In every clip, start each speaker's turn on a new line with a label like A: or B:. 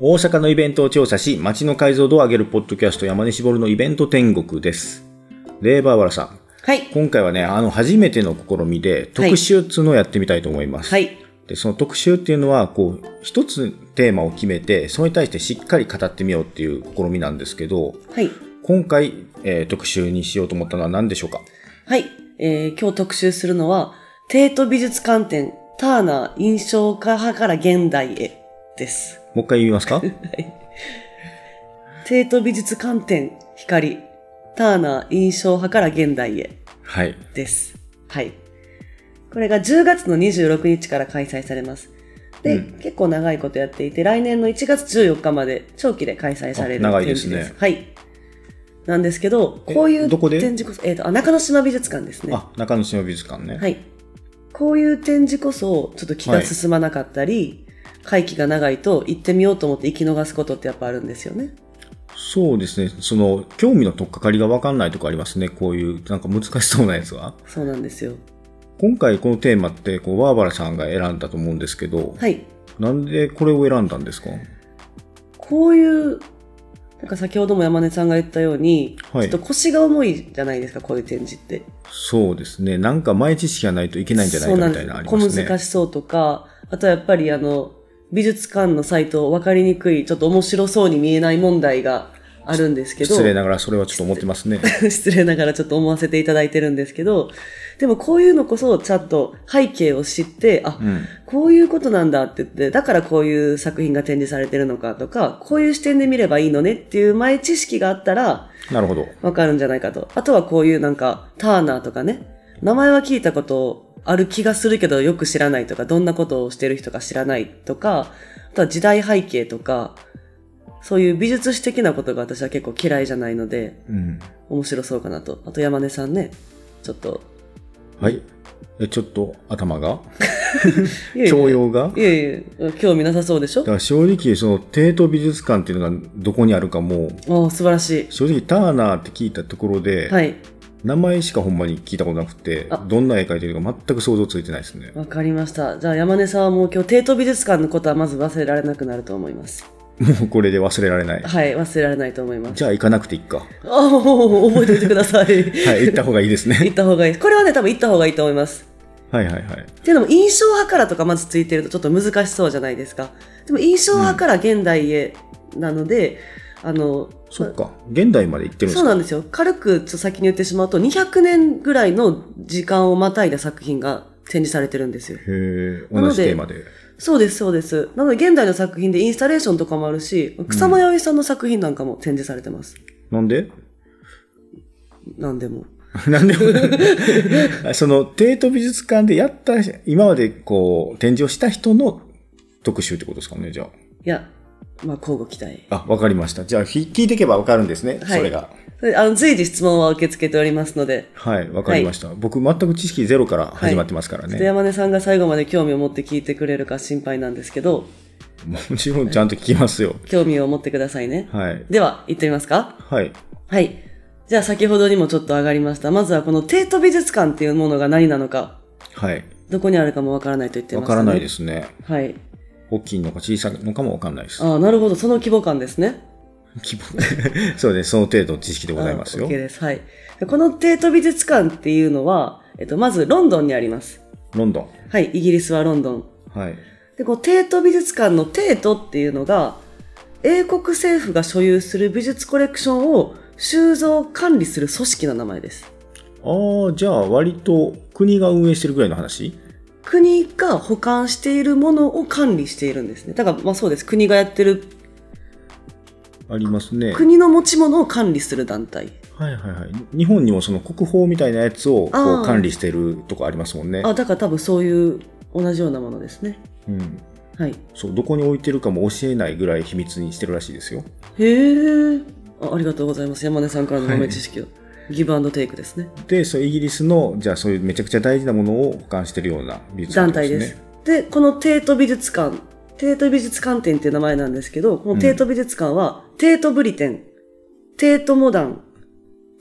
A: 大阪のイベントを調査し、街の解像度を上げるポッドキャスト山根絞るのイベント天国です。レーバーワラさん。
B: はい。
A: 今回はね、あの、初めての試みで、特集っつうのをやってみたいと思います。
B: はい。
A: で、その特集っていうのは、こう、一つテーマを決めて、それに対してしっかり語ってみようっていう試みなんですけど、
B: はい。
A: 今回、えー特集にしようと思ったのは何でしょうか
B: はい。えー今日特集するのは、帝都美術館展、ターナー印象派から現代へです。
A: もう一回言います か
B: 帝都美術館展、光、ターナー印象派から現代へ
A: はい。
B: です。はい。これが10月の26日から開催されます。で、
A: うん
B: 結構長いことやっていて、来年の1月14日まで長期で開催される
A: あ長いですね
B: 展示はい。なんですけど、こうい
A: え
B: う
A: どこで
B: 展示こそ、えっ、と、あ中之島美術館ですね。
A: あ、中野島美術館ね。
B: はい。こういう展示こそ、ちょっと気が進まなかったり、会期が長いと行ってみようと思って生き逃すことってやっぱあるんですよね。
A: そうですね。その、興味の取っかかりが分かんないとこありますね。こういう、なんか難しそうなやつは。
B: そうなんですよ。
A: 今回このテーマって、こう、ワーバラさんが選んだと思うんですけど、
B: はい。
A: なんでこれを選んだんですか
B: こういう、なんか先ほども山根さんが言ったように、
A: はい
B: ちょっと腰が重いじゃないですか、こういう展示って。
A: そうですね。なんか前知識がないといけないんじゃないかみたいなのあり
B: そう
A: ま
B: な
A: す
B: んです
A: ね。
B: 小難しそうとか、あとはやっぱりあの、美術館のサイト分かりにくい、ちょっと面白そうに見えない問題があるんですけど。
A: 失礼ながらそれはちょっと思ってます ね。
B: 失礼ながらちょっと思わせていただいてるんですけど、でもこういうのこそちゃんと背景を知って、あ、
A: うん。
B: こういうことなんだって言って、だからこういう作品が展示されてるのかとか、こういう視点で見ればいいのねっていう前知識があったら
A: なるほど。
B: わかるんじゃないかと。あとはこういうなんかターナーとかね、名前は聞いたことある気がするけどよく知らないとか、どんなことをしてる人か知らないとか、あとは時代背景とか、そういう美術史的なことが私は結構嫌いじゃないので、
A: うん。
B: 面白そうかなと。あと山根さんね、ちょっと。
A: はい。え、ちょっと頭が
B: いやいや
A: 教養が
B: いやいや、興味なさそうでしょ
A: だから正直、その、帝都美術館っていうのがどこにあるかも、
B: ああ、素晴らし
A: 正直、ターナーって聞いたところで、
B: い。はい。
A: 名前しかほんまに聞いたことなくて
B: あ、
A: どんな絵描いてるか全く想像ついてないですね。
B: わかりました。じゃあ山根さんはもう今日、帝都美術館のことはまず忘れられなくなると思います。
A: もうこれで忘れられない。
B: はい、忘れられないと思います。
A: じゃあ行かなくていいか。は
B: ああ、覚えておいてく ださい。
A: い、行った方がいいですね。
B: 行った方がいい。これはね、多分行った方がいいと思います。
A: はいはいはい。
B: っていうのも印象派からとかまずついてるとちょっと難しそうじゃないですか。でも印象派から現代へなので、あの、
A: そっか。現代まで行ってるんで
B: そ
A: す
B: う
A: か
B: なんですよ。軽くちょっと先に言ってしまうと、200年ぐらいの時間をまたいだ作品が展示されてるんですよ。
A: へー
B: な
A: 同
B: の
A: じ
B: で
A: テーマで。
B: そうです、そうです。なので、現代の作品でインスタレーションとかもあるし、草間彌生さんの作品なんかも展示されてます。
A: なんで
B: なんでも。
A: なんでもその、帝都美術館でやった、今までこう、展示をした人の特集ってことですかね、じゃ
B: いや、まあ、交互期待。
A: あ。あ、わかりました。じゃあ、ひ聞いていけばわかるんですね、
B: はい
A: それが。
B: であの、随時質問は受け付けておりますので、
A: はい、わかりました。僕、全く知識ゼロから始まってますから
B: ちょ
A: ね。
B: っと山根さんが最後まで興味を持って聞いてくれるか心配なんですけど、
A: もちろん、ちゃんと聞きますよ。
B: 興味を持ってくださいね。
A: はい。
B: では、行ってみますか
A: はい。
B: はい。じゃあ先ほどにもちょっと上がりました。まずはこの帝都美術館っていうものが何なのか、
A: はい。
B: どこにあるかもわからないと言って
A: わ
B: まし
A: か
B: たね。。
A: らないですすね。
B: はい。
A: 大きいのか小さいのかもわかんないです。
B: ああ、なるほど。その規模感ですね。
A: 規模 そうです。その程度の知識でございます
B: あ
A: よ
B: OK。です。はい。でこの帝都美術館っていうのは、えっと、まずロンドンにあります。
A: ロンドン。
B: はい。イギリスはロンドン。
A: はい。
B: で、この帝都美術館の帝都っていうのが、英国政府が所有する美術コレクションを収蔵管理する組織の名前です。
A: ああ、じゃあ割と国が運営してるぐらいの話
B: 国が保管しているものを管理しているんですね。だから、まあそうです。国がやってる、
A: ありますね。はい
B: 国の持ち物を管理する団体。
A: はいはい。日本にもその国宝みたいなやつをこ
B: あ
A: う
B: ー
A: 管理してるとこありますもんね。
B: あ、だから多分そういう同じようなものですね。
A: うん。
B: はい。
A: そう、どこに置いてるかも教えないぐらい秘密にしてるらしいですよ。
B: へえ。あありがとうございます。山根さんからの豆知識を。ギブアンドテイクですね。
A: で、そうイギリスの、じゃあそういうめちゃくちゃ大事なものを保管してるような美術
B: 団
A: 館
B: 体
A: ね。
B: です。で、この帝都美術館、帝都美術館展っていう名前なんですけど、この帝都美術館は、帝都ブリテン、帝都モダン、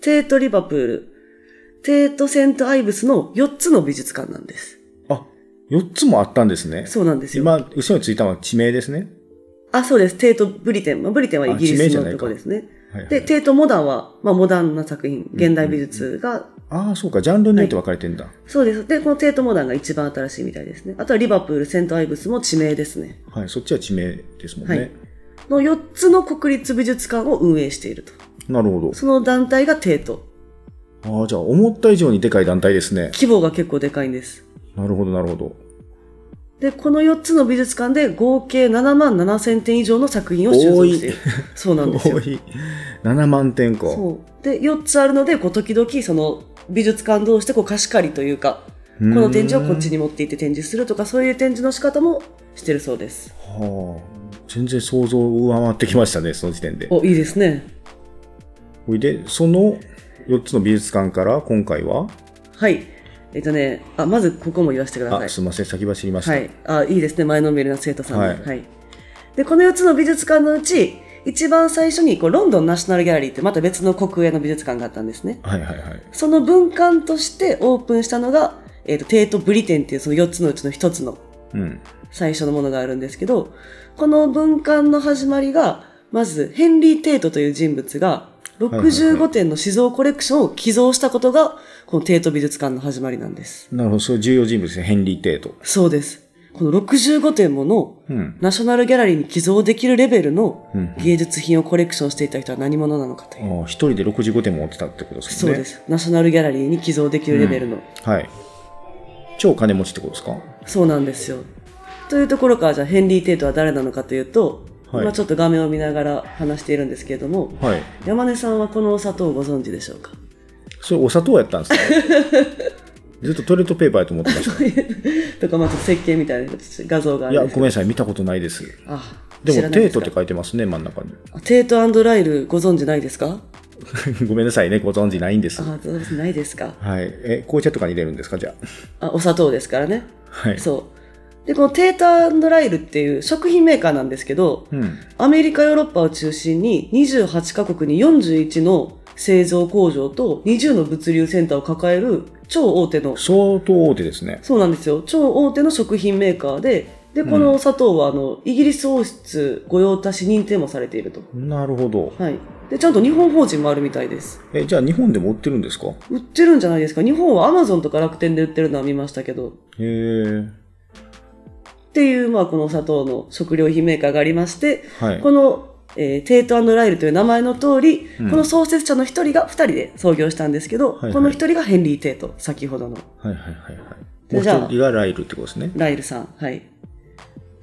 B: 帝都リバプール、帝都セントアイブスの4つの美術館なんです。
A: あ、4つもあったんですね。
B: そうなんですよ。
A: 今、後ろについたのは地名ですね。
B: ああ、そうです。テート・ブリテン。まあ、ブリテンはイギ
A: あ地
B: リ
A: 名
B: ス
A: じゃな
B: の
A: いか
B: とこですね。
A: はいはい
B: で、テート・モダンは、まあ、モダンな作品。現代美術が、
A: ああ、そうか、ジャンルによって分かれてんだ。
B: そうです。で、このテート・モダンが一番新しいみたいですね。あとはリバプール、セント・アイブスも地名ですね。
A: はい、そっちは地名ですもん
B: は
A: ね。
B: いの4つの国立美術館を運営していると。
A: なるほ
B: その団体がテート。
A: ど。ああ、じゃあ、思った以上にでかい団体ですね。
B: 規模が結構でかいんです。
A: なるほど、なるほど。
B: で、この4つの美術館で合計7万7千点以上の作品を収蔵している。そうなんです
A: 多。
B: よ
A: い。7万点か。
B: そう。で、4つあるので、こう、時々、その、美術館同士で、こう、貸し借りというか、
A: こ
B: この展示をこっち。に持って行って展示するとか、そういう展示の仕方もしてるそうです。
A: はあ。全然想像を上回ってきましたね、その時点で。
B: お、いいですね。
A: ほいで、その4つの美術館から今回は、
B: はい。えっとね、あ、まずここも言わせてください
A: あ、。すみません、先走りました。
B: はい。あ、いいですね。前のめりな生徒さん、
A: は
B: はいい。はい。で、この4つの美術館のうち、一番最初に、こう、ロンドンナショナルギャラリーってまた別の国営の美術館があったんですね。
A: はい、はい、はい。
B: その分館としてオープンしたのが、えっ、と、テート・ブリテンっていうその4つのうちの1つの
A: うん。
B: 最初のものがあるんですけど、この文館の始まりが、まずヘンリー・テイトという人物が、
A: いはい
B: 65点の秘蔵コレクションを寄贈したことが、このテイト美術館の始まりなんです。
A: なるほど、そういう重要人物ですね、ヘンリー・テイト。
B: そうです。この65点もの、
A: うん。
B: ナショナルギャラリーに寄贈できるレベルの
A: うん
B: 芸術品をコレクションしていた人は何者なのかと
A: あ
B: いう。
A: ー一人で65点持ってたってことです
B: そ
A: も
B: うん
A: ね。
B: です。ナショナルギャラリーに寄贈できるレベルの。
A: はい。超金持ちってことですか
B: そうなんですよ。というところから、じゃあヘンリー・テイトは誰なのかというと、
A: はい
B: 今ちょっと画面を見ながら話しているんですけれども、
A: はい。
B: 山根さんはこのお砂糖をご存知でしょうか
A: それお砂糖やったんですか ずっとトイレットペーパーやと思ってました。
B: とか、まあ、ちょっと設計みたいな画像があ
A: い
B: るん
A: や、
B: です
A: ごめんなさい、見たことないです。
B: あ
A: で
B: 知ら
A: も、
B: ない
A: テ
B: で
A: ート
B: す
A: って
B: か
A: 書いてますね、真ん中に。
B: あテイトライルご存知ないですか
A: ごめんなさいね、ご存知ないんです。はい。
B: あそうですないですか
A: え、紅茶とかに入れるんですか、じゃ
B: あお砂糖ですからね
A: あ。はい。
B: そうでこのテイトライルっていう食品メーカーなんですけど
A: うん。
B: アメリカヨーロッパを中心に28カ国に41の製造工場と20の物流センターを抱える超大手の
A: 相当大手ですね。
B: そうなんですよ。超大手の食品メーカーで、で、この砂糖は、あの、イギリス王室御用達認定もされていると。
A: なるほど。
B: はい。で、ちゃんと日本法人もあるみたいです。
A: え、じゃあ、日本でも売ってるんですかへ
B: 売ってるんじゃないですか。日本はアマゾンとか楽天で売ってるのは見ましたけど。
A: え。
B: っていう、まあ、この砂糖の食料品メーカーがありまして、
A: はい。
B: この、えーテイトライルという名前の通り、
A: うん
B: この創設者の一人が二人で創業したんですけど、
A: はいはい
B: この一人がヘンリー・テイト、先ほどの。
A: はいはいはいはい。も
B: で
A: う
B: じゃあ
A: 一人がライルってことですね。
B: ライルさん。はい。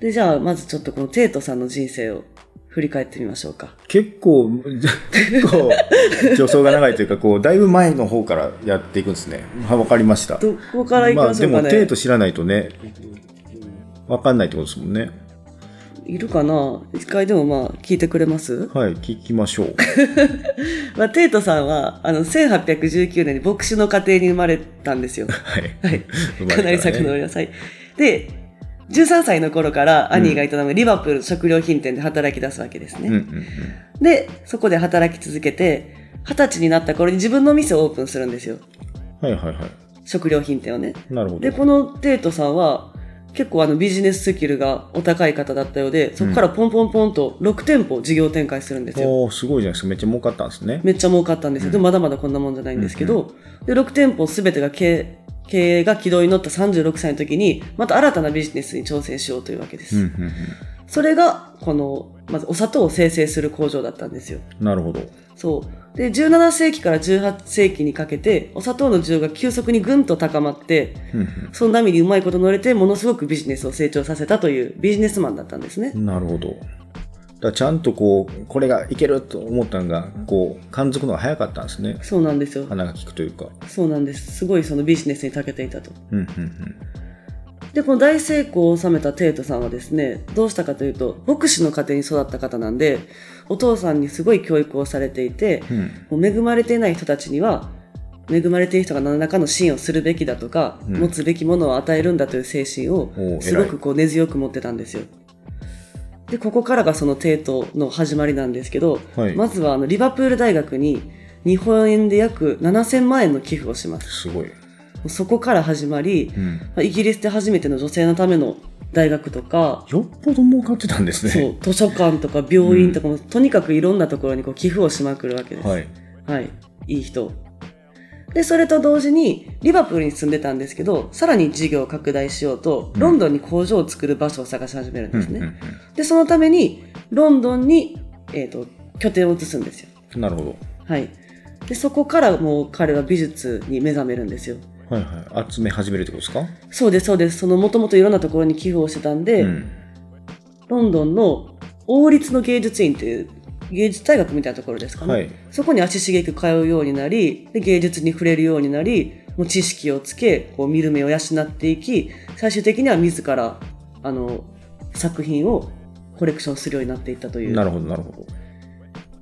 B: で、じゃあ、まずちょっとこのテイトさんの人生を振り返ってみましょうか。
A: 結構、結構、助走が長いというか、こう、だいぶ前の方からやっていくんですね。はわかりました。
B: どこから行き
A: まあ、
B: まし
A: で
B: ょうか
A: も、
B: ね。
A: 程度知らないとね、わかんないってことですもんね。
B: いるかな一回でもまあ、聞いてくれます、
A: はい、聞きましょう。
B: まあ、テイトさんは、あの、1819年に牧師の家庭に生まれたんです よ。
A: はい。
B: はい。
A: 生まれ
B: かなり
A: たらね
B: 遡りなさい。で、13歳の頃から兄が営むリバプール食料品店で働き出すわけですね。
A: うんうん
B: で、そこで働き続けて、20歳になった頃に自分の店をオープンするんですよ。
A: うん。はいはいは
B: 食料品店をね。
A: い。なるほど。
B: で、このデートさんは、結構あのビジネススキルがお高い方だったようで、そこからポンポンポンと6店舗事業展開するんですよ。
A: おーすごいじゃないですか。めっちゃ儲かったんですね。
B: めっちゃ儲かったんですよ。でもまだまだこんなもんじゃないんですけど、で6店舗全てが経営経営が軌道に乗った36歳の時に、また新たなビジネスに挑戦しようというわけで
A: うん
B: す。
A: うん
B: それが、この、まずお砂糖を生成する工場だったんですよ。
A: うん。なるほど。
B: そう。で、17世紀から18世紀にかけて、お砂糖の需要が急速にぐんと高まって、
A: うんうん
B: その波にうまいこと乗れて、ものすごくビジネスを成長させたというビジネスマンだったんですね。
A: なるほど。だからちゃんとこう、これがいけると思ったのが、こう、感づくのが早かったんですね。
B: そうなんですよ。
A: 鼻が利くというか。
B: そうなんです。すごいそのビジネスに長けていたと。
A: うんうんうん。
B: で、この大成功を収めたテイトさんはですね、どうしたかというと、牧師の家庭に育った方なんで、お父さんにすごい教育をされていて、
A: うん
B: もう恵まれていない人たちには、恵まれている人が何らかの支援をするべきだとか、
A: うん
B: 持つべきものを与えるんだという精神を
A: おう
B: すごくこう根強く持ってたんですよ。で、ここからがそのテイトの始まりなんですけど、
A: はい
B: まずはあのリバプール大学に日本円で約7000万円の寄付をします。
A: すごい。
B: そこから始まり、
A: うん。
B: まあイギリスで初めての女性のための大学とか、
A: よっぽど儲かってたんです
B: そ
A: ね。
B: う、図書館とか病院とかも、とにかくいろんなところにこう寄付をしまくるわけです。
A: はい。
B: はい。いい人。で、それと同時に、リバプールに住んでたんですけど、さらに事業を拡大しようと、
A: うん
B: ロンドンに工場を作る場所を探し始める
A: うん
B: んで
A: う
B: す
A: ん
B: ね。
A: う
B: で、そのために、ロンドンに、えっ、と、拠点を移すんですよ。
A: ん、なるほ
B: はい。で、そこからもう彼は美術に目覚めるんですよ。
A: ど。はいはい。集め始めるってことですか
B: そうです、そうです。その、もともといろんなところに寄付をしてたんで、
A: うん。
B: ロンドンの王立の芸術院という芸術大学みたいなところですかね。
A: はい。
B: そこに足しげく通うようになり、で芸術に触れるようになり、もう知識をつけ、こう見る目を養っていき、最終的には自ら、あの、作品をコレクションするようになっていったとい
A: な
B: う。
A: るほど、なるほ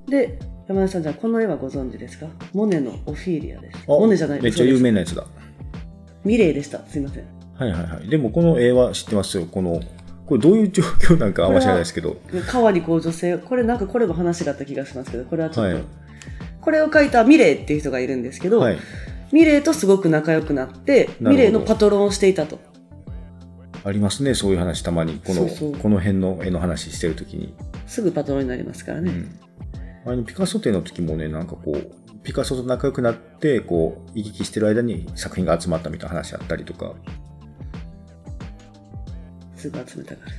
B: で、山田さん、じゃあこの絵はご存知ですかモネのオフィーリアです。
A: ど。あ
B: モネじゃない
A: めっちゃ有
B: そうで
A: 名なやつだ。
B: すミレイでした。すいません。
A: はいはいはい。でもこの絵は知ってますよ。この、これどういう状況なんかあんま知らないですけど。
B: 川にこう女性、これなんかこれも話があった気がしますけど、これはちょっと、
A: はい
B: これを描いたミレイっていう人がいるんですけど、
A: はい。
B: ミレイとすごく仲良くなって、
A: ど
B: ミレイのパトロンをしていたと。
A: ありますね、そういう話たまに。この、
B: そうそう
A: この辺の絵の話してるときに。
B: すぐパトロンになりますから
A: う
B: ね。
A: ん。前のピカソ展の時もね、なんかこう、ピカソと仲良くなって、こう、行き来してる間に作品が集まったみたいな話あったりとか。
B: すぐ集めたから。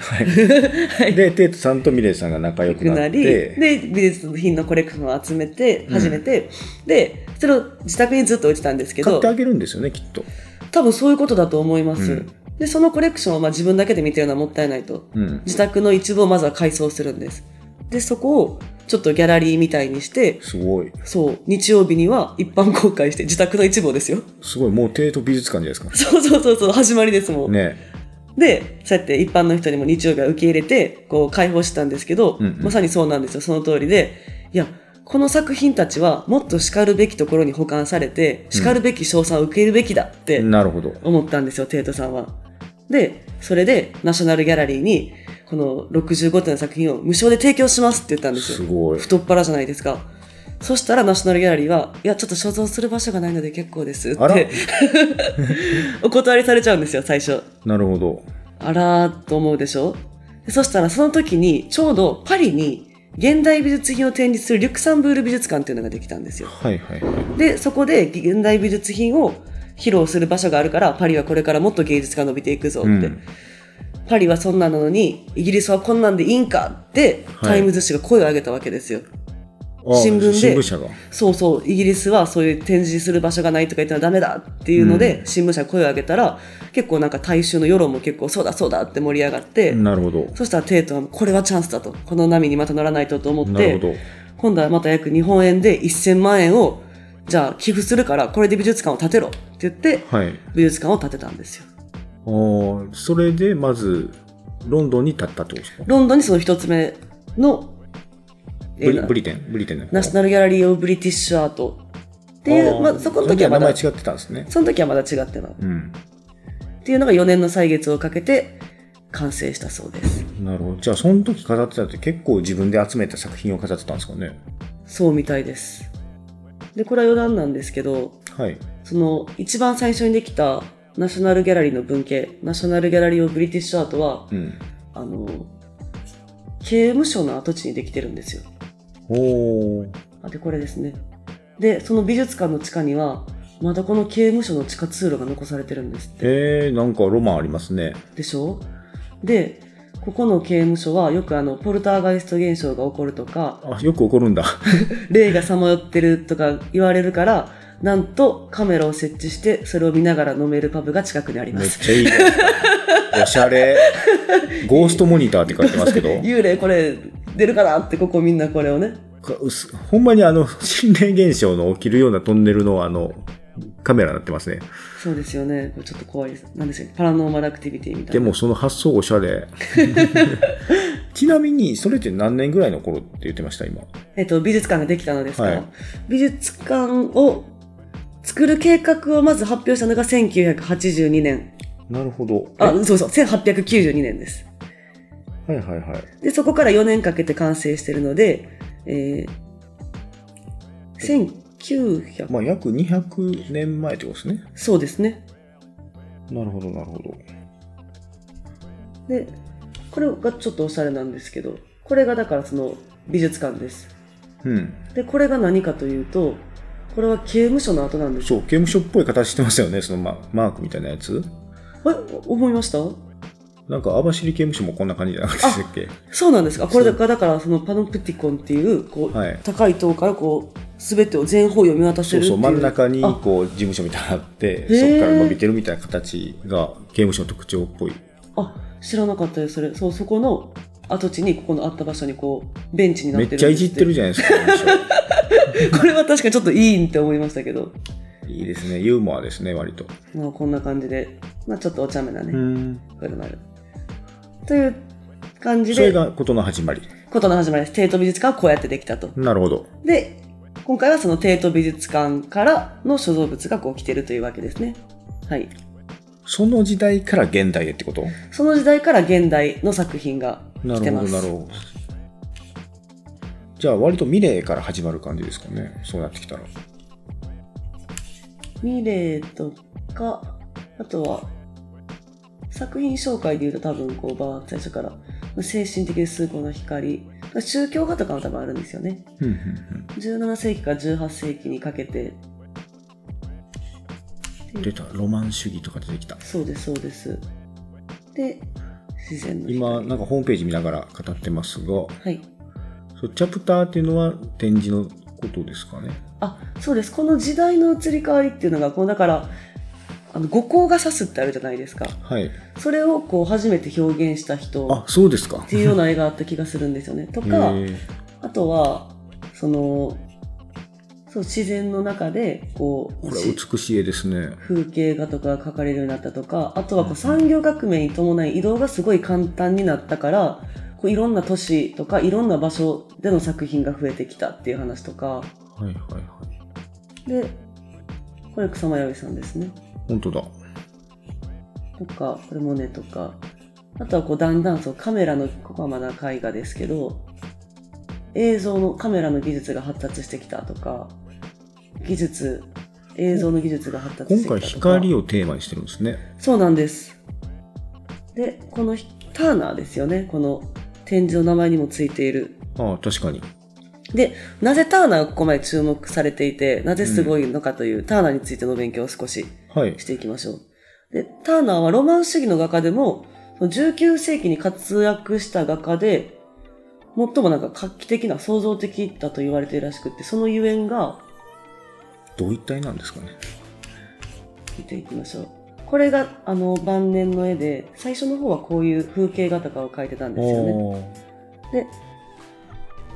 A: はい。で、テイトさんとミレイさんが仲良くな
B: な
A: っ
B: り、
A: て、
B: で、美術品のコレクションを集めて、
A: うん
B: 始めて、で、それを自宅にずっと置いてたんですけ
A: 買っ
B: ど
A: て、あげるんですよね、きっと。
B: 多分そういうことだと思います。
A: うん
B: で、そのコレクションをまあ自分だけで見てるのはもったいないと。
A: うん。
B: 自宅の一部をまずは改装するんです。で、そこをちょっとギャラリーみたいにして、
A: すごい。
B: そう、日曜日には一般公開して、自宅の一部をですよ。
A: すごい、もうテイト美術館じゃないです
B: そうそうそうそう、始まりですもん。
A: か。ね。
B: で、そうやって一般の人にも日曜日は受け入れて、こう開放してたんですけど、
A: うんうん
B: まさにそうなんですよ、その通りで。いや、この作品たちはもっと叱るべきところに保管されて、叱るべき賞賛を受けるべきだって
A: なるほど。
B: 思ったんですよ、テイトさんは。で、それでナショナルギャラリーに、この65点の作品を無償で提供しますって言ったんです
A: す
B: よ。
A: ごい。
B: 太っ腹じゃないですか。そしたらナショナルギャラリーは、いや、ちょっと所蔵する場所がないので結構ですっ
A: あら
B: て、 お断りされちゃうんですよ、最初。
A: なるほど。
B: あらーと思うでしょでそしたらその時にちょうどパリに現代美術品を展示するリュクサンブール美術館っていうのができたんですよ。
A: はいはいはい。
B: で、そこで現代美術品を披露する場所があるからパリはこれからもっと芸術が伸びていくぞって。
A: うん
B: パリはそんなのにイギリスはこんなんでいいんかって
A: はい
B: タイムズ紙が声を上げたわけですよ。
A: あ
B: 新聞で
A: 新聞社が。
B: そうそう、イギリスはそういう展示する場所がないとか言ったらダメだっていうので、新聞社が声を上げたら結構なんか大衆の世論も結構そうだそうだって盛り上がって、
A: なるほど。
B: そしたらテイトはこれはチャンスだと。この波にまた乗らないとと思っ
A: なるほ
B: て、
A: ど。
B: 今度はまた約日本円で1000万円を、じゃあ寄付するからこれで美術館を建てろって言って、
A: はい。
B: 美術館を建てたんですよ。
A: ああ、それでまず、ロンドンに立ったってことですか
B: ロンドンにその一つ目の、え
A: ブリ
B: ー
A: ブリテンブリテンの方
B: ナショナルギャラリー・オブ・ブリティッシュ・アートってい
A: あ
B: う、
A: ー
B: まあ、そこの時はま
A: その
B: だ、
A: 時は名前違ってたんですね。
B: その時はまだ違ってない。
A: うん。
B: っていうのが4年の歳月をかけて完成したそうです。
A: なるほど。じゃあ、その時飾ってたって結構自分で集めた作品を飾ってたんですかね。
B: そうみたいです。で、これは余談なんですけど、
A: はい。
B: その一番最初にできたナショナルギャラリーの文系、ナショナルギャラリー・オブ・ブリティッシュ・アートは、
A: うん。
B: あの、刑務所の跡地にできてるんですよ。
A: おー。
B: あ、で、これですね。で、その美術館の地下には、またこの刑務所の地下通路が残されてるんですって。
A: えー、なんかロマンありますね。
B: でしょで、ここの刑務所はよくあの、ポルターガイスト現象が起こるとか、
A: あ、よく怒るんだ。
B: 霊がさまよってるとか言われるから、なんとカメラを設置して、それを見ながら飲めるパブが近くにありま
A: めっ
B: す。
A: ちゃいいね。おしゃ れ。ゴーストモニターって書いてますけど。
B: 幽霊これ出るかなってここみんなこれをね
A: かうすほんまにあの、 心霊現象の起きるようなトンネルのあの、カメラになってますね。
B: そうですよねこれちょっと怖いですなんですかパラノーマルアクティビティみたいな
A: でもその発想おしゃ れ。ちなみに、それって何年ぐらいの頃って言ってました、今。
B: えっと、美術館ができたのですから、
A: はい
B: 美術館を作る計画をまず発表したのが1982年
A: なるほど。
B: あ
A: は
B: そうそう1892年です
A: いはいはい。
B: でそこから4年かけて完成してるのでえー、1900
A: まあ、約200年前ってことですね。
B: そうですね
A: なるほど、なるほど。
B: でこれがちょっとおしゃれなんですけどこれがだからその美術館です
A: うん。
B: でこれが何かというとこれは刑務所の跡なんです
A: そう、刑務所っぽい形してましたよね、そのママークみたいなやつ。
B: え思いました
A: なんか、網走刑務所もこんな感じじゃなかったでしたっけ
B: そうなんですかこれだからだからそのパノプティコンっていうこう、
A: はい
B: 高い塔からこう全てを全方位を見渡せ
A: そ
B: るっ
A: う
B: ていう
A: そう、真ん中に
B: あ
A: こう、事務所みたいなのあって、
B: ー
A: そこから伸びてるみたいな形が刑務所の特徴っぽい。
B: あ知らなかったですそれそうそこの跡地にここのあった場所にこうベンチになっ
A: め
B: てる
A: っちゃいじってるじゃないですか、刑務 所
B: ゃん これは確かにちょっといいんって思いましたけど、
A: いいですね、ユーモアですね、割と。
B: まあ、こんな感じで、まあ、ちょっとお茶目なね、
A: うん。
B: こういうのもあるという感じ
A: それ
B: で
A: が事の始まり。
B: ことの始まりです帝都美術館はこうやってできたと
A: なるほど。
B: で今回はその帝都美術館からの所蔵物がこう来てるというわけですねはい
A: その時代から現代へってこと
B: その時代から現代の作品が来てます
A: なるほど、なるほど。じゃあ、割と未来から始まる感じですかね、そうなってきたら。
B: ミレーとか、あとは、作品紹介で言うと多分こうバーッと最初から、精神的で崇高な光、宗教画とかも多分あるんですよね。
A: うんうんうん
B: 17世紀から18世紀にかけて、
A: 出たロマン主義とか出てきた
B: そうです、そうです。で、自然の光。
A: 今なんかホームページ見ながら語ってますが
B: はい。
A: そうチャプターっていうのは展示のことですかね
B: あ、そうです。この時代の移り変わりっていうのが、こうだから、あの、五光が指すってあるじゃないですか。
A: はい
B: それをこう初めて表現した人
A: あそうですか
B: っていうような絵があった気がするんです よね。と
A: へ
B: か、
A: ー
B: あとは、その、そう、自然の中で、こう、
A: これは美しい絵ですね
B: 風景画とかが描かれるようになったとか、あとはこう産業革命に伴い移動がすごい簡単になったから、こういろんな都市とかいろんな場所での作品が増えてきたっていう話とか、
A: はいはいはい
B: で、これ草間彌生さんですね。
A: 本当だ
B: とか、これモネとか、あとはこうだんだんそうカメラの、ここはまだ絵画ですけど、映像のカメラの技術が発達してきたとか、技術、映像の技術が発達して
A: 今
B: きたと
A: 回
B: か。
A: 光をテーマにしてるんですね
B: そうなんです。で、このひターナーですよね。この展示の名前にもついている。
A: ああ確かに
B: で、なぜターナーがここまで注目されていて、なぜすごいのかという、ターナーについての勉強を少し
A: はい
B: していきましょう。で、ターナーはロマン主義の画家でも、その19世紀に活躍した画家で、最もなんか画期的な、創造的だと言われているらしくって、そのゆえんが、
A: どういった絵なんですかね
B: 見ていきましょう。これが、あの、晩年の絵で、最初の方はこういう風景画とかを描いてたんですよね。
A: ああ
B: で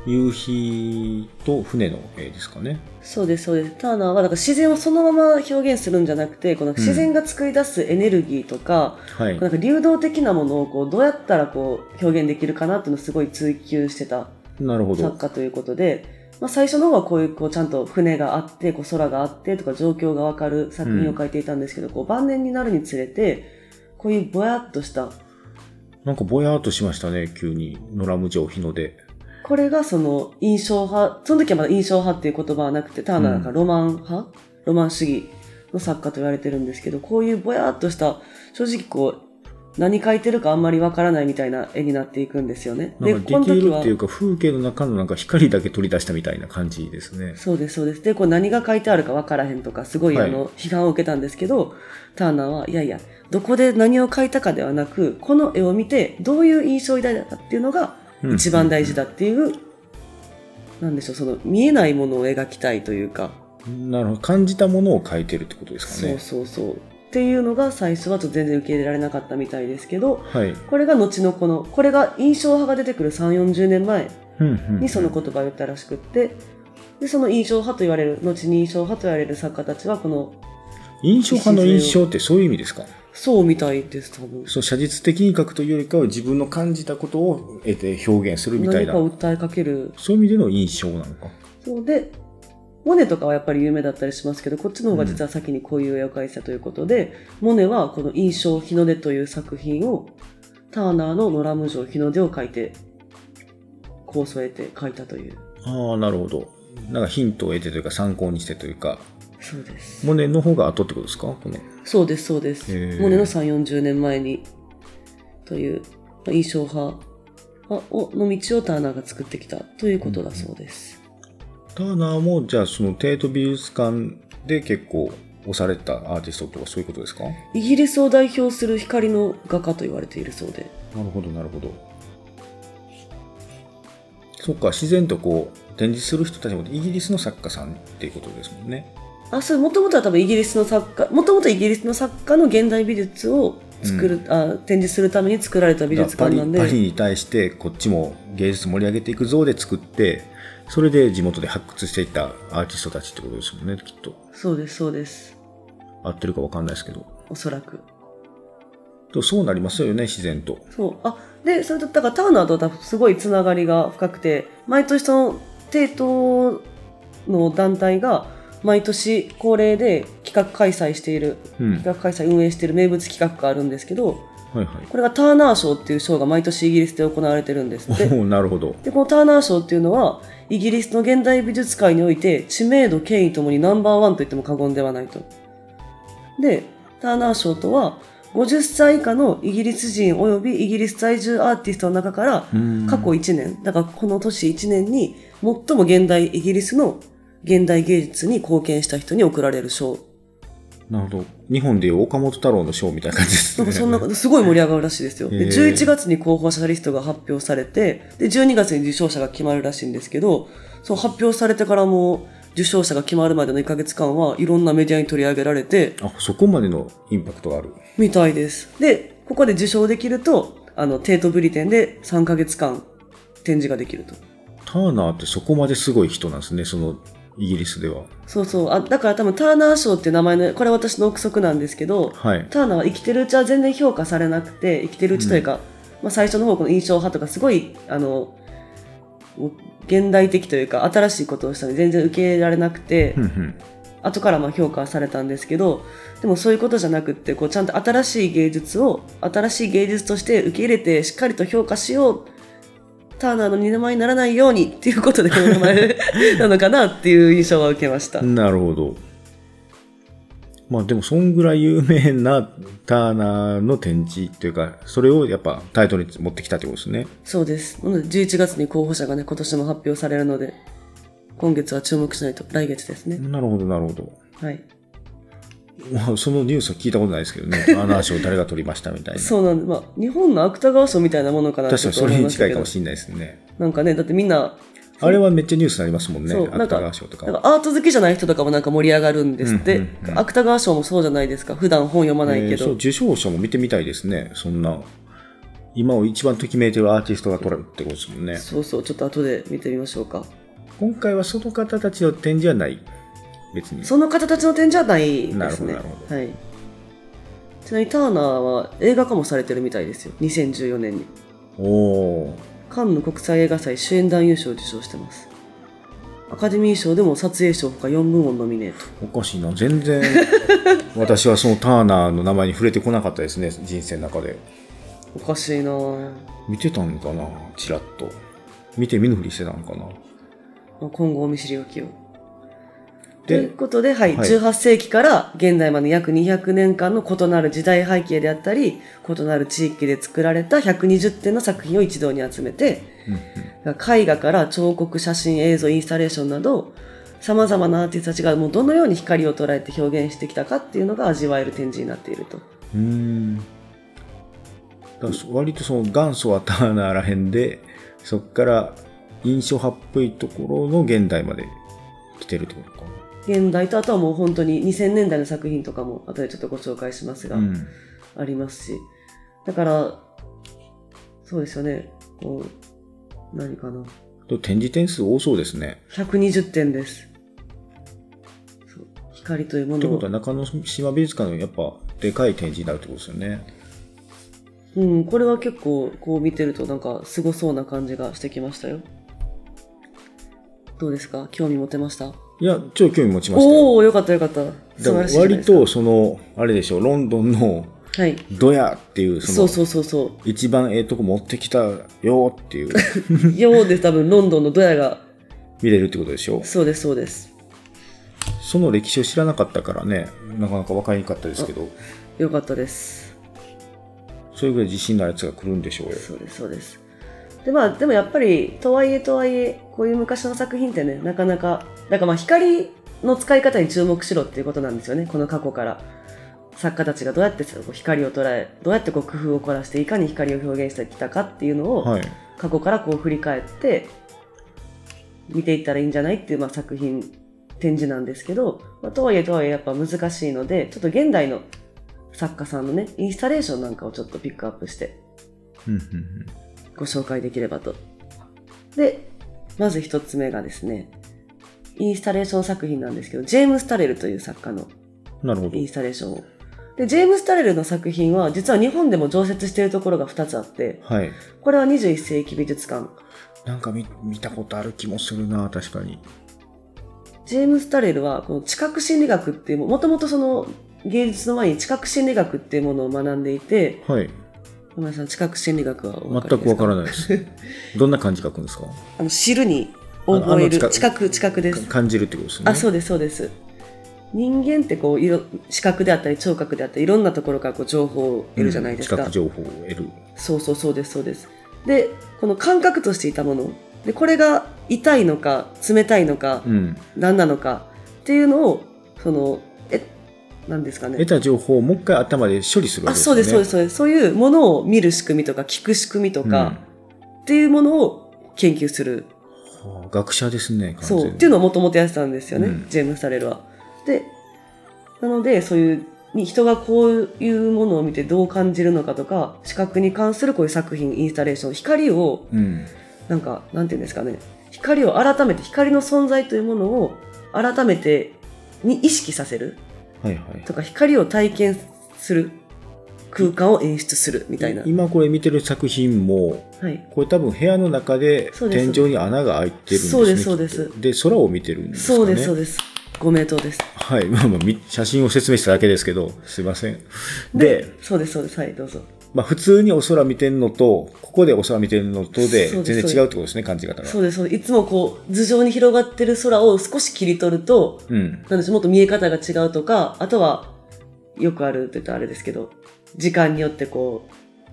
A: 夕日と船の絵ですかね
B: そうです、そうです。ターナーは、だから自然をそのまま表現するんじゃなくて、この自然が作り出すエネルギーとか、
A: はい
B: なんか流動的なものをこうどうやったらこう表現できるかなっていうのをすごい追求してた
A: なるほど
B: 作家ということで、まあ、最初の方はこういうこうちゃんと船があってこう空があってとか状況がわかる作品を書いていたんですけど、こう晩年になるにつれてこういうぼやっとした
A: なんかぼやーっとしましたね急に野良無常日の出
B: これがその印象派その時はまだ印象派っていう言葉はなくてターナーがロマン派、ロマン主義の作家と言われてるんですけどこういうぼやっとした正直こう何描いてるかあんまりわからないみたいな絵になっていくんですよね。
A: なんか
B: こ
A: デ
B: の
A: ィテ
B: 時
A: ールっ
B: は
A: ていうか風景の中のなんか光だけ取り出したみたいな感じですね。
B: そうです、そうです。で、こう何が書いてあるか分からへんとか、すごい
A: は
B: あ
A: い
B: の、批判を受けたんですけど、ターナーは、いやいや、どこで何を書いたかではなく、この絵を見て、どういう印象を抱いたかっていうのが、
A: うん
B: 一番大事だっていう、なんでしょう、その、見えないものを描きたいというか、
A: なるほど感じたものを描いてるってことですか
B: そう
A: ね。
B: そうそう。っていうのが最初はちょっと全然受け入れられなかったみたいですけど、
A: はい。
B: これが後のこの、これが印象派が出てくる3、40年前
A: うんうん
B: にその言葉を言ったらしくって、でその印象派と言われる後に印象派と言われる作家たちはこの
A: 印象派の印象ってそういう意味ですか
B: そうみたいです多分
A: そう写実的に描くというよりかは自分の感じたことを得て表現するみたい
B: 何
A: な
B: かを訴えかける
A: そういう意味での印象なのか。
B: そうでモネとかはやっぱり有名だったりしますけどこっちの方が実は先にこういう絵を描いてたということで、モネはこの「印象日の出」という作品をターナーの「野良無常日の出」を描いて構想を得て描いたという
A: ああなるほど。なんかヒントを得てというか参考にしてというか
B: そうです
A: モネの方が後ってことですかこの
B: そうですそうで
A: へ
B: す
A: ー
B: モネの3 4 0年前にという印象派あをの道をターナーが作ってきたということだそうです。
A: ターナーも、じゃあ、その帝都美術館で結構押されたアーティストとかそういうことですかな
B: イギリスを代表する光の画家と言われているそうで。
A: るほど、なるほど。そっか、自然とこう、展示する人たちもイギリスの作家さんっていうことですもんね。
B: あ、そう、もともとは多分イギリスの作家、もともとイギリスの作家の現代美術を作る、あ展示するために作られた美術館なんで。
A: パリパリに対してこっちも芸術盛り上げていくぞで作ってそれで地元で発掘していったアーティストたちってことですもんねきっと
B: そうです、そうです。
A: 合ってるか分かんないですけど
B: おそらく。
A: とそうなりますよね自然と
B: そう。あ、で、それと、だからターナーと多分すごいつながりが深くて、毎年その、帝都の団体が、毎年恒例で企画開催している、
A: うん
B: 企画開催運営している名物企画があるんですけど、
A: はいはい
B: これがターナー賞っていう賞が毎年イギリスで行われてるんですって。
A: おお なるほど
B: で、このターナー賞っていうのは、イギリスの現代美術界において知名度、権威ともにナンバーワンと言っても過言ではないと。で、ターナー賞とは、50歳以下のイギリス人及びイギリス在住アーティストの中から、
A: うん
B: 過去1年、だからこの年1年に最も現代イギリスの現代芸術に貢献した人に贈られる賞。
A: なるほど日本でいう岡本太郎の賞みたいな感じです
B: なん
A: ね
B: かそんな、すごい盛り上がるらしいですよ。
A: へ
B: で、
A: ー
B: 11月に候補者リストが発表されて、で、12月に受賞者が決まるらしいんですけど、そう、発表されてからも、受賞者が決まるまでの1ヶ月間はいろんなメディアに取り上げられて、
A: あそこまでのインパクトがある
B: みたいです。で、ここで受賞できると、あの、テートブリテンで3ヶ月間展示ができると。
A: ターナーってそこまですごい人なんですねそのイギリスでは
B: そうそう。あ、だから多分ターナー賞って名前の、これ私の憶測なんですけど、
A: はい
B: ターナーは生きてるうちは全然評価されなくて生きてるうちというか、まあ、最初の方この印象派とかすごいあのもう現代的というか新しいことをしたので全然受け入れられなくて、
A: ふんふん
B: 後からまあ評価されたんですけどでもそういうことじゃなくってこうちゃんと新しい芸術を新しい芸術として受け入れてしっかりと評価しようターナーの二の前にならないようにっていうことでこの名前なのかなっていう印象は受けました。
A: なるほど。まあでも、そんぐらい有名なターナーの展示というか、それをやっぱタイトルに持ってきたってことですね。
B: そうです。なので11月に候補者がね、今年も発表されるので、今月は注目しないと、来月ですね。
A: なるほど、なるほど。
B: はい。
A: ま あ、そのニュースは聞いたことないですけど ね、ターナー賞誰が取りましたみたいな。
B: そうなんで、まあ、日本の芥川賞みたいなものかな
A: 確かにそれに近いかも
B: し
A: しれないですね。
B: れない。なんかね、だってみんな、
A: あれはめっちゃニュースになりますもんね、
B: そうなん
A: 芥
B: か
A: 川賞とか
B: な
A: は
B: んかアート好きじゃない人とかもなんか盛り上がるんですって、
A: うんうんうん
B: 芥川賞もそうじゃないですか。普段本読まない
A: え
B: け
A: ーそう
B: ど。
A: 受賞者も見てみたいですね、そんな。今を一番ときめいてるアーティストが取るってことですもんね。
B: そうそう、ちょっと後で見てみましょうか。
A: 今回はその方たちの展示はない。別に。
B: その方たちの点じゃない
A: な
B: で
A: る
B: す
A: ほど
B: ね。
A: なるほ
B: はい。ちなみにターナーは映画化もされてるみたいですよ。2014年に。
A: おー。
B: カンヌ国際映画祭主演男優賞を受賞してますアカデミー賞でも撮影賞ほか4部門ノミネート
A: おかしいな全然 私はそのターナーの名前に触れてこなかったですね人生の中で
B: おかしいなぁ
A: 見てたんかなちらっと見て見ぬふりしてたんかな
B: まあ今後お見知りおきをとい
A: で
B: うことで、はい、
A: はい
B: 18世紀から現代まで約200年間の異なる時代背景であったり異なる地域で作られた120点の作品を一堂に集めて
A: うんうん
B: 絵画から彫刻写真映像インスタレーションなどさまざまなアーティストたちがもうどのように光を捉えて表現してきたかっていうのが味わえる展示になっていると
A: うーんだから割とその元祖はターナーらへんでそっから印象派っぽいところの現代まで来てるってことか
B: 現代とあとはもう本当に2000年代の作品とかも後でちょっとご紹介します
A: な
B: が、
A: うん
B: ありますしだからそうですよねこう何かな
A: と展示点数多そうですね
B: 120点ですそう光というも
A: って
B: の
A: こと
B: を
A: は中之島美術館のやっぱでかい展示になるってことですよね
B: うんこれは結構こう見てるとなんかすごそうな感じがしてきましたよどうですか興味持てました
A: いや超興味持ちましたよ
B: おおーよかったよかった
A: で
B: 素
A: も
B: 晴らしいじゃない
A: 割
B: ですか
A: とそのあれでしょうロンドンの
B: はい
A: ドヤっていうそ
B: そ
A: の
B: うそうそうそう
A: 一番ええとこ持ってきたよっていう
B: ようです多分ロンドンのドヤが
A: 見れるってことでしょ
B: そうですそうです
A: その歴史を知らなかったからねなかなか分かりにくかったですけど
B: よかったです。
A: それぐらい自信のあるやつが来るんでしょうよ。
B: そうですそうですでまあでもやっぱりとはいえとはいえこういう昔の作品ってねなかなかだからまあ光の使い方に注目しろっていうことなんですよねこの過去から作家たちがどうやってその光を捉えどうやってこう工夫を凝らしていかに光を表現してきたかっていうのを、
A: はい。
B: 過去からこう振り返って見ていったらいいんじゃないっていう、まあ、作品展示なんですけど、まあ、とはいえとはいえやっぱ難しいのでちょっと現代の作家さんのねインスタレーションなんかをちょっとピックアップして
A: うんうんうん
B: ご紹介できればと。でまず一つ目がですねインスタレーション作品なんですけどジェームス・タレルという作家の
A: なるほど
B: イ。ンスタレーションを。でジェームス・タレルの作品は実は日本でも常設しているところが2つあって
A: はい。
B: これは21世紀美術館
A: なんか見見たことある気もするな、確かに。
B: ジェームス・タレルはこの知覚心理学っていうももともとその芸術の前に知覚心理学っていうものを学んでいて
A: はい。
B: 山田さん知覚心理学は
A: 全
B: お分かりですか
A: くわからないです。どんな漢字書くんですか
B: あの知るに覚える
A: あのあの
B: 知覚知覚です
A: か感じるってことですね。
B: あそうですそうです人間ってこういろ視覚であったり聴覚であったりいろんなところからこう情報を得るじゃないですか、
A: うん視覚情報を得る。
B: そうそうそうですそうですでこの感覚としていたものでこれが痛いのか冷たいのか
A: うん。
B: 何なのかっていうのをそのえ何ですかね
A: 得た情報をもう一回頭で処理するわ
B: あ
A: けです
B: そ
A: よ
B: う
A: ね。
B: ですそうですそうですそういうものを見る仕組みとか聞く仕組みとか、っていうものを研究する
A: うんはあ学者ですね、完全
B: そう
A: に
B: っていうのをもともとやってたんですよね、
A: うん
B: ジェームス・タレルは。でなのでそういうに人がこういうものを見てどう感じるのかとか視覚に関するこういう作品インスタレーション光を
A: うん。
B: なんかなんていうんですかね光を改めて光の存在というものを改めてに意識させる
A: はいはい。
B: とか光を体験する空間を演出するみたいな。
A: 今これ見てる作品も、
B: はい
A: これ多分部屋の中で
B: そうで
A: 天
B: す
A: 井に穴が開いてるんですね。
B: そうですそうです
A: きっとで、空を見てるんですかね。
B: そうですそうですご名答です
A: はい。まあまあ、み写真を説明しただけですけど、すいません。で、
B: そうですそうですはいどうぞ
A: まあ、普通にお空見てるのと、ここでお空見てるのとで、
B: そう
A: 全
B: です
A: 然違うってことですね、感じ方が。
B: そうですそうですいつもこう頭上に広がってる空を少し切り取ると
A: うん。
B: なんでしょうもっと見え方が違うとかあとはよくあるって言ったらあれですけど時間によってこ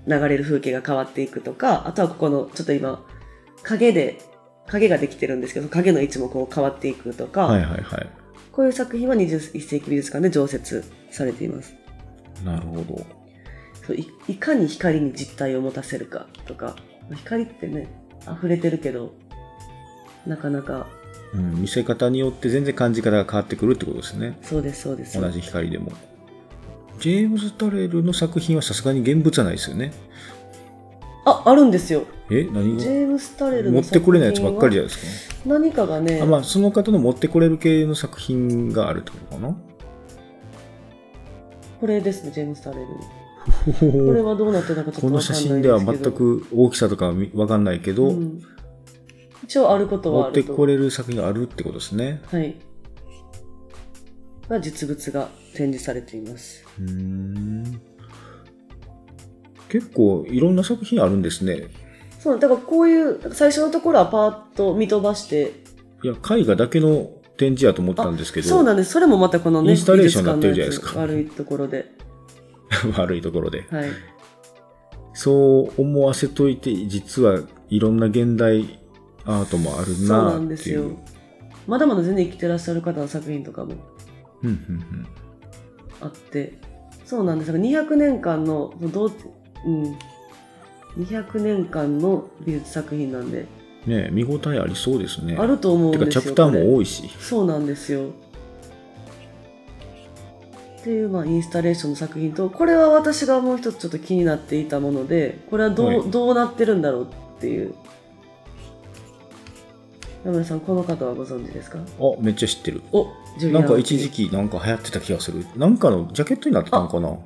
B: う流れる風景が変わっていくとかあとはここのちょっと今影で影ができてるんですけど影の位置もこう変わっていくとか、
A: はいはいはい。
B: こういう作品は21世紀美術館で常設されています
A: なるほど。
B: そういいかに光に実体を持たせるかとか光ってね溢れてるけどなかなか
A: うん、見せ方によって全然感じ方が変わってくるってことですね。
B: そうですそうです
A: 同じ光でも。ジェームズ・タレルの作品はさすがに現物はないですよね。
B: ああるんですよ
A: え何
B: ジ
A: が
B: ェームス・タレル
A: 持
B: の
A: ってこれないやつばっかりじゃないですか。
B: 作品は何かがね
A: あまあ、その方の持ってこれる系の作品があるってことかな。
B: これですねジェームス・タレル
A: ほほ
B: これ
A: ほ
B: はどうなってたかちょっと
A: この
B: わか
A: 写
B: ん
A: 真
B: ないん
A: で
B: で
A: は
B: すけ
A: 全
B: ど
A: く大きさとかはわかんないけど、
B: うん一応あること
A: 持
B: はあ
A: って
B: る
A: ことれる作品があるってことですね。
B: はいが実物が展示されています
A: うーん結構いろんな作品あるんですね。
B: そうだからこういう最初のところはパーッと見飛ばして
A: いや、絵画だけの展示やと思ったんですけど、
B: そうなんですそれもまたこのね
A: インスタレーションになってるじゃないですか
B: 美術館のやつ悪いところで
A: 悪いところで。
B: はい
A: そう思わせといて、実はいろんな現代アートもある
B: そうな
A: なん
B: で
A: って
B: す
A: いう。
B: よまだまだ全然生きてらっしゃる方の作品とかも
A: うんうん
B: あってそうなんですだから200年間のどう、うん、200年間の美術作品なんで
A: うんねえ見応えありそうですね。
B: あると思うん
A: てか、
B: です
A: チ
B: よ
A: ャプターも
B: 多い
A: 多いし。
B: そうなんですよっていう、まあ、インスタレーションの作品とこれは私がもう一つちょっと気になっていたものでこれはどう,、
A: はい
B: どうなってるんだろうっていう山田さんこの方はご存知ですか
A: あ、めっちゃ知ってる。
B: おジュリア
A: なんか
B: ン
A: 一時期なんか流行ってた気がする。なんかのジャケットになってたのかな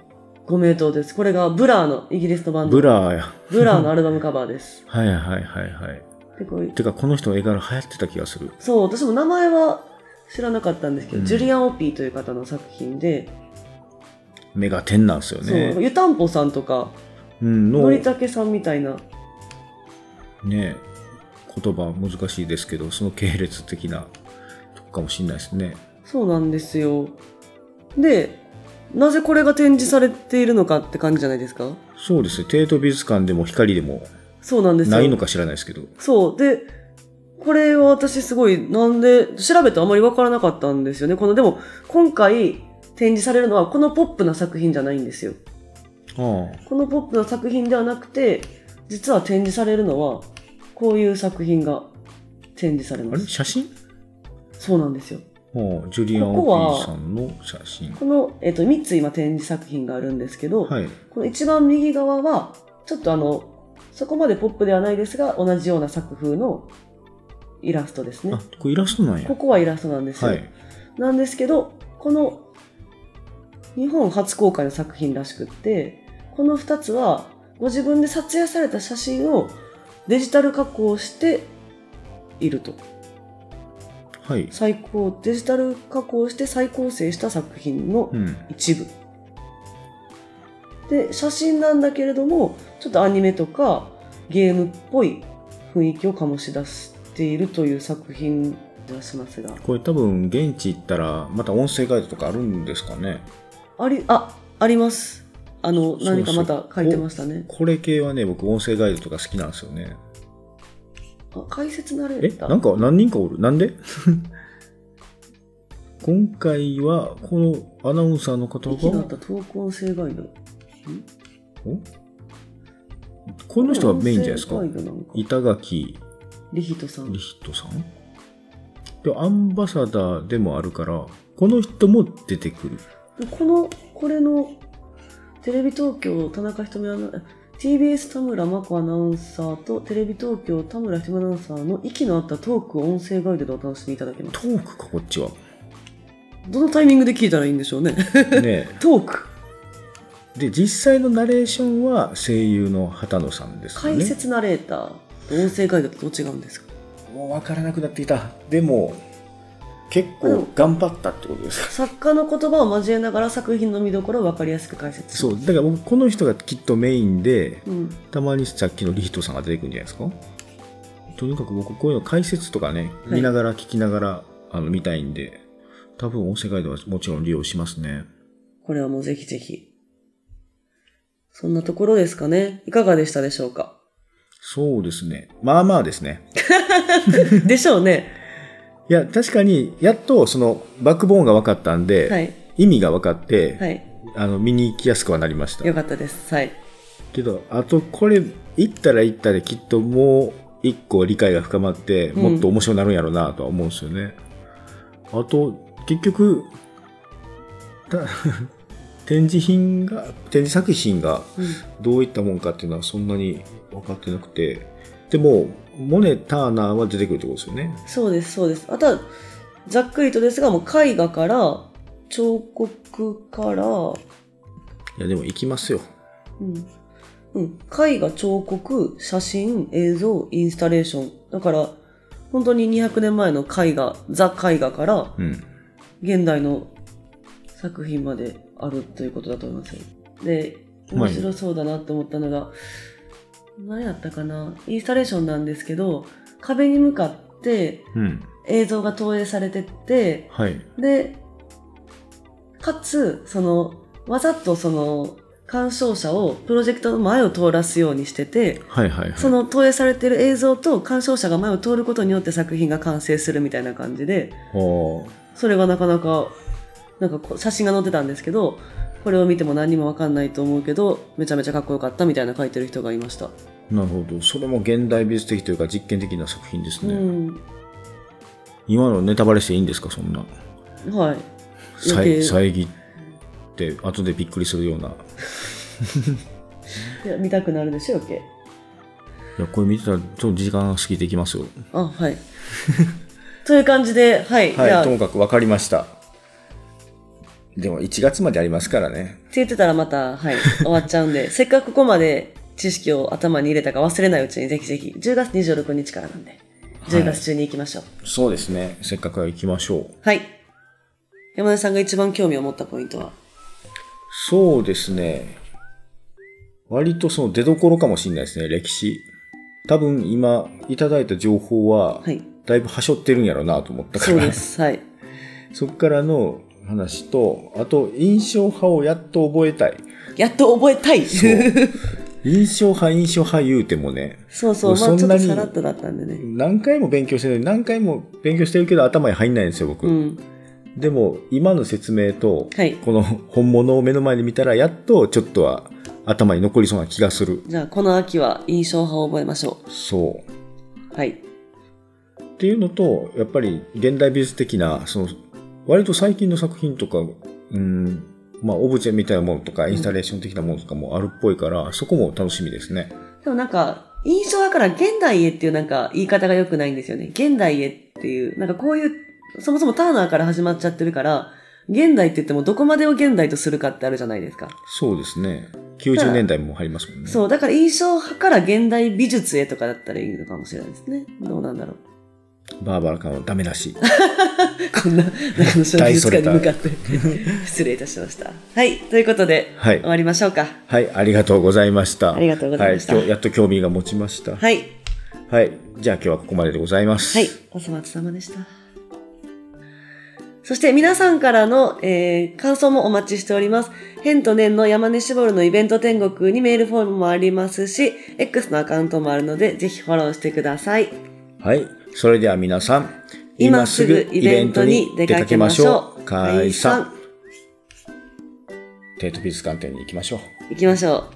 B: ご名答ですこれがブラーのイギリスのバンド
A: ブラーや。
B: ブラーのアルバムカバーです
A: はいはいはいはい。
B: でこう
A: てか、この人の絵柄流行ってた気がする。
B: そう私も名前は知らなかったんですけど、
A: うん
B: ジュリアン・オピーという方の作品で、
A: 目が点なんですよ
B: そう
A: ね。
B: 湯たんぽさんとか
A: うん、の、
B: のり
A: ね
B: たけさんみたいな
A: え、言葉難しいですけど、その系列的なとこかもしれないですね。
B: そうなんですよでなぜこれが展示されているのかって感じじゃないですか
A: そうですね。帝都美術館でも光でも
B: そうなんですよ。
A: ないのか知らないですけど。
B: そう。で、これは私すごい、なんで、調べてあまりわからなかったんですよね。この、でも、今回展示されるのは、このポップな作品じゃないんですよ。
A: ああ。
B: このポップな作品ではなくて、実は展示されるのは、こういう作品が展示され
A: あ
B: ま
A: れ
B: す。
A: 写真
B: そうなんですよ。
A: ああジュリアン・
B: ここは
A: オピーさんの写真。
B: この、えっ、と、3つ今展示作品があるんですけど、
A: はい。
B: この一番右側は、ちょっとあの、そこまでポップではないですが、同じような作風のイラストですね
A: あ。、これイラストなんや
B: こ。こはイラストなんですよ。
A: はい。
B: なんですけど、この日本初公開の作品らしくって、この2つはご自分で撮影された写真をデジタル加工していると。
A: はい。
B: 最高、デジタル加工して再構成した作品の
A: うん。
B: 一部。で、写真なんだけれども、ちょっとアニメとかゲームっぽい雰囲気を醸し出しているという作品がしますが。
A: これ多分現地行ったらまた音声ガイドとかあるんですかね
B: あり、あ、あります。あ
A: そ
B: の、
A: うそう
B: 何かまた書いてましたね。
A: これ系はね僕音声ガイドとか好きなんですよね
B: あ、解説なれ
A: え
B: た。
A: なんか何人かおるなんで 今回はこのアナウンサーの方
B: 息の合
A: が
B: った投稿音声ガイド。
A: おこの人がメインじゃないですか
B: 音声ガイドなんか
A: 板垣
B: リヒトさん
A: リ。ヒトさんでアンバサダーでもあるからこの人も出てくる
B: この、これの、テレビ東京、田中瞳アナ、TBS 田村真子アナウンサーと、テレビ東京、田村瞳アナウンサーの息の合ったトーク音声ガイドでお楽しみいただけます。
A: トークかこっちはね
B: どのタイミングで聞いたらいいんでしょうね。
A: え
B: トーク。
A: で実際のナレーションは声優の畑野さんですよね
B: 解説ナレーターと音声ガイドとどう違うんですか
A: もう分からなくなっていたでも結
B: うん
A: 構頑張ったってことです
B: 作家の言葉を交えながら作品の見どころを分かりやすく解説
A: そうだから僕この人がきっとメインで
B: うん、
A: たまにさっきのリヒトさんが出てくるんじゃないですかとにかく僕こういうの解説とかね
B: はい
A: 見ながら聞きながら、あの見たいんで多分音声ガイドはもちろん利用しますね
B: これはもうぜひぜひ。そんなところですかね。いかがでしたでしょうか
A: そうですねまあまあですね
B: でしょうね。
A: いや確かにやっとそのバックボーンが分かったんで、
B: はい。
A: 意味が分かって、
B: はい。
A: あの見に行きやすくはなりました
B: よかったです。はい。
A: けどあとこれ行ったら行ったできっともう一個理解が深まって
B: うん
A: もっと面白くなるんやろうなとは思うんですよね、あと結局た 展示品が展示作品が
B: うん
A: どういったもんかっていうのはそんなに分かってなくてでもモネ・ターナーは出てくるってことですよね
B: そうです、そうです。あとは、ざっくりとですが、もう絵画から、彫刻から、
A: いやでも行きますよ
B: うん。うん。絵画、彫刻、写真、映像、インスタレーション。だから、本当に200年前の絵画、ザ絵画から、
A: うん
B: 現代の作品まであるということだと思いますよで
A: はい
B: 面白そうだなと思ったのが、何やったかなインスタレーションなんですけど壁に向かって
A: うん
B: 映像が投影されてって
A: はい
B: でかつそのわざとその鑑賞者をプロジェクトの前を通らすようにしてて
A: はいはいはい
B: その投影されてる映像と鑑賞者が前を通ることによって作品が完成するみたいな感じで
A: おー
B: それがなかなか、なんかこう写真が載ってたんですけど、これを見ても何にもわかんないと思うけど、めちゃめちゃかっこよかったみたいな書いてる人がいました。
A: なるほどそれも現代美術的というか実験的な作品です
B: う
A: ね、
B: ん。
A: 今のネタバレしていいんですかそんな
B: はい。
A: さ
B: 余計
A: い遮って後でびっくりするようない
B: や見たくなるでしょ、余計。
A: いやこれ見てたらちょっと時間が過ぎていきますよ
B: あ、はい。 という感じで、はい。じゃ
A: は
B: あ
A: いと
B: っ
A: もかく分かりましたでも1月までありますからね
B: て言ってたらまた、はい、終わっちゃう んで、せっかくここまで知識を頭に入れたか忘れないうちにぜひぜひ、10月26日からなんで、10月中に行きましょう。
A: そうですねせっかくは行きましょう
B: はい。山根さんが一番興味を持ったポイントは
A: そうですね割とその出どころかもしれないですね歴史多分今いただいた情報は
B: はい。
A: だいぶはしょってるんやろうなと思ったか
B: そ
A: ら、
B: うです。はい。
A: そっからの話と、あと、印象派をやっと覚えたい。
B: やっと覚えたい。
A: そう印象派、印象派言うてもね、
B: そうそう。ま
A: も
B: あ
A: う
B: ち
A: そ
B: ょ
A: ん
B: っ
A: な
B: と
A: に
B: さらっとだったんでね。
A: 何回も勉強してるのに、何回も勉強してるけど頭に入んないんですよ、僕。
B: うん。
A: でも、今の説明と、
B: はい
A: この本物を目の前で見たら、やっとちょっとは頭に残りそうな気がする。
B: じゃあ、この秋は印象派を覚えましょ
A: そう。
B: う。はい。
A: っていうのとやっぱり現代美術的なその割と最近の作品とか、うんまあ、オブジェみたいなものとかインスタレーション的なものとかもあるっぽいから、そこも楽しみですね。
B: でもなんか、印象だから現代へっていうなんか言い方が良くないんですよね。現代へっていう、なんかこういう、そもそもターナーから始まっちゃってるから、現代って言ってもどこまでを現代とするかってあるじゃないですか。
A: そうですね90年代も入りますもんね。
B: そう、だから印象派から現代美術へとかだったらいいのかもしれないですね。どうなんだろう。
A: バーバラカンはダメらしい。
B: こんな、中野小美術館に向かって。 失礼いたしました。はい、ということで、
A: はい
B: 終わりましょうか。
A: はい、ありがとうございました。
B: ありがとうございました
A: はい、今日やっと興味が持ちました。はい、
B: はい、
A: じゃあ今日はここまででございます。
B: はい、お粗末様でした。そして皆さんからの、えー感想もお待ちしております。変と年の山根絞るのイベント天国にメールフォームもありますし、X のアカウントもあるので、ぜひフォローしてください。
A: はい、それでは皆さん、
B: 今すぐイベントに出かけましょう。
A: 解散。
B: 解散。
A: 帝都美術館展に行きましょう。
B: 行きましょう。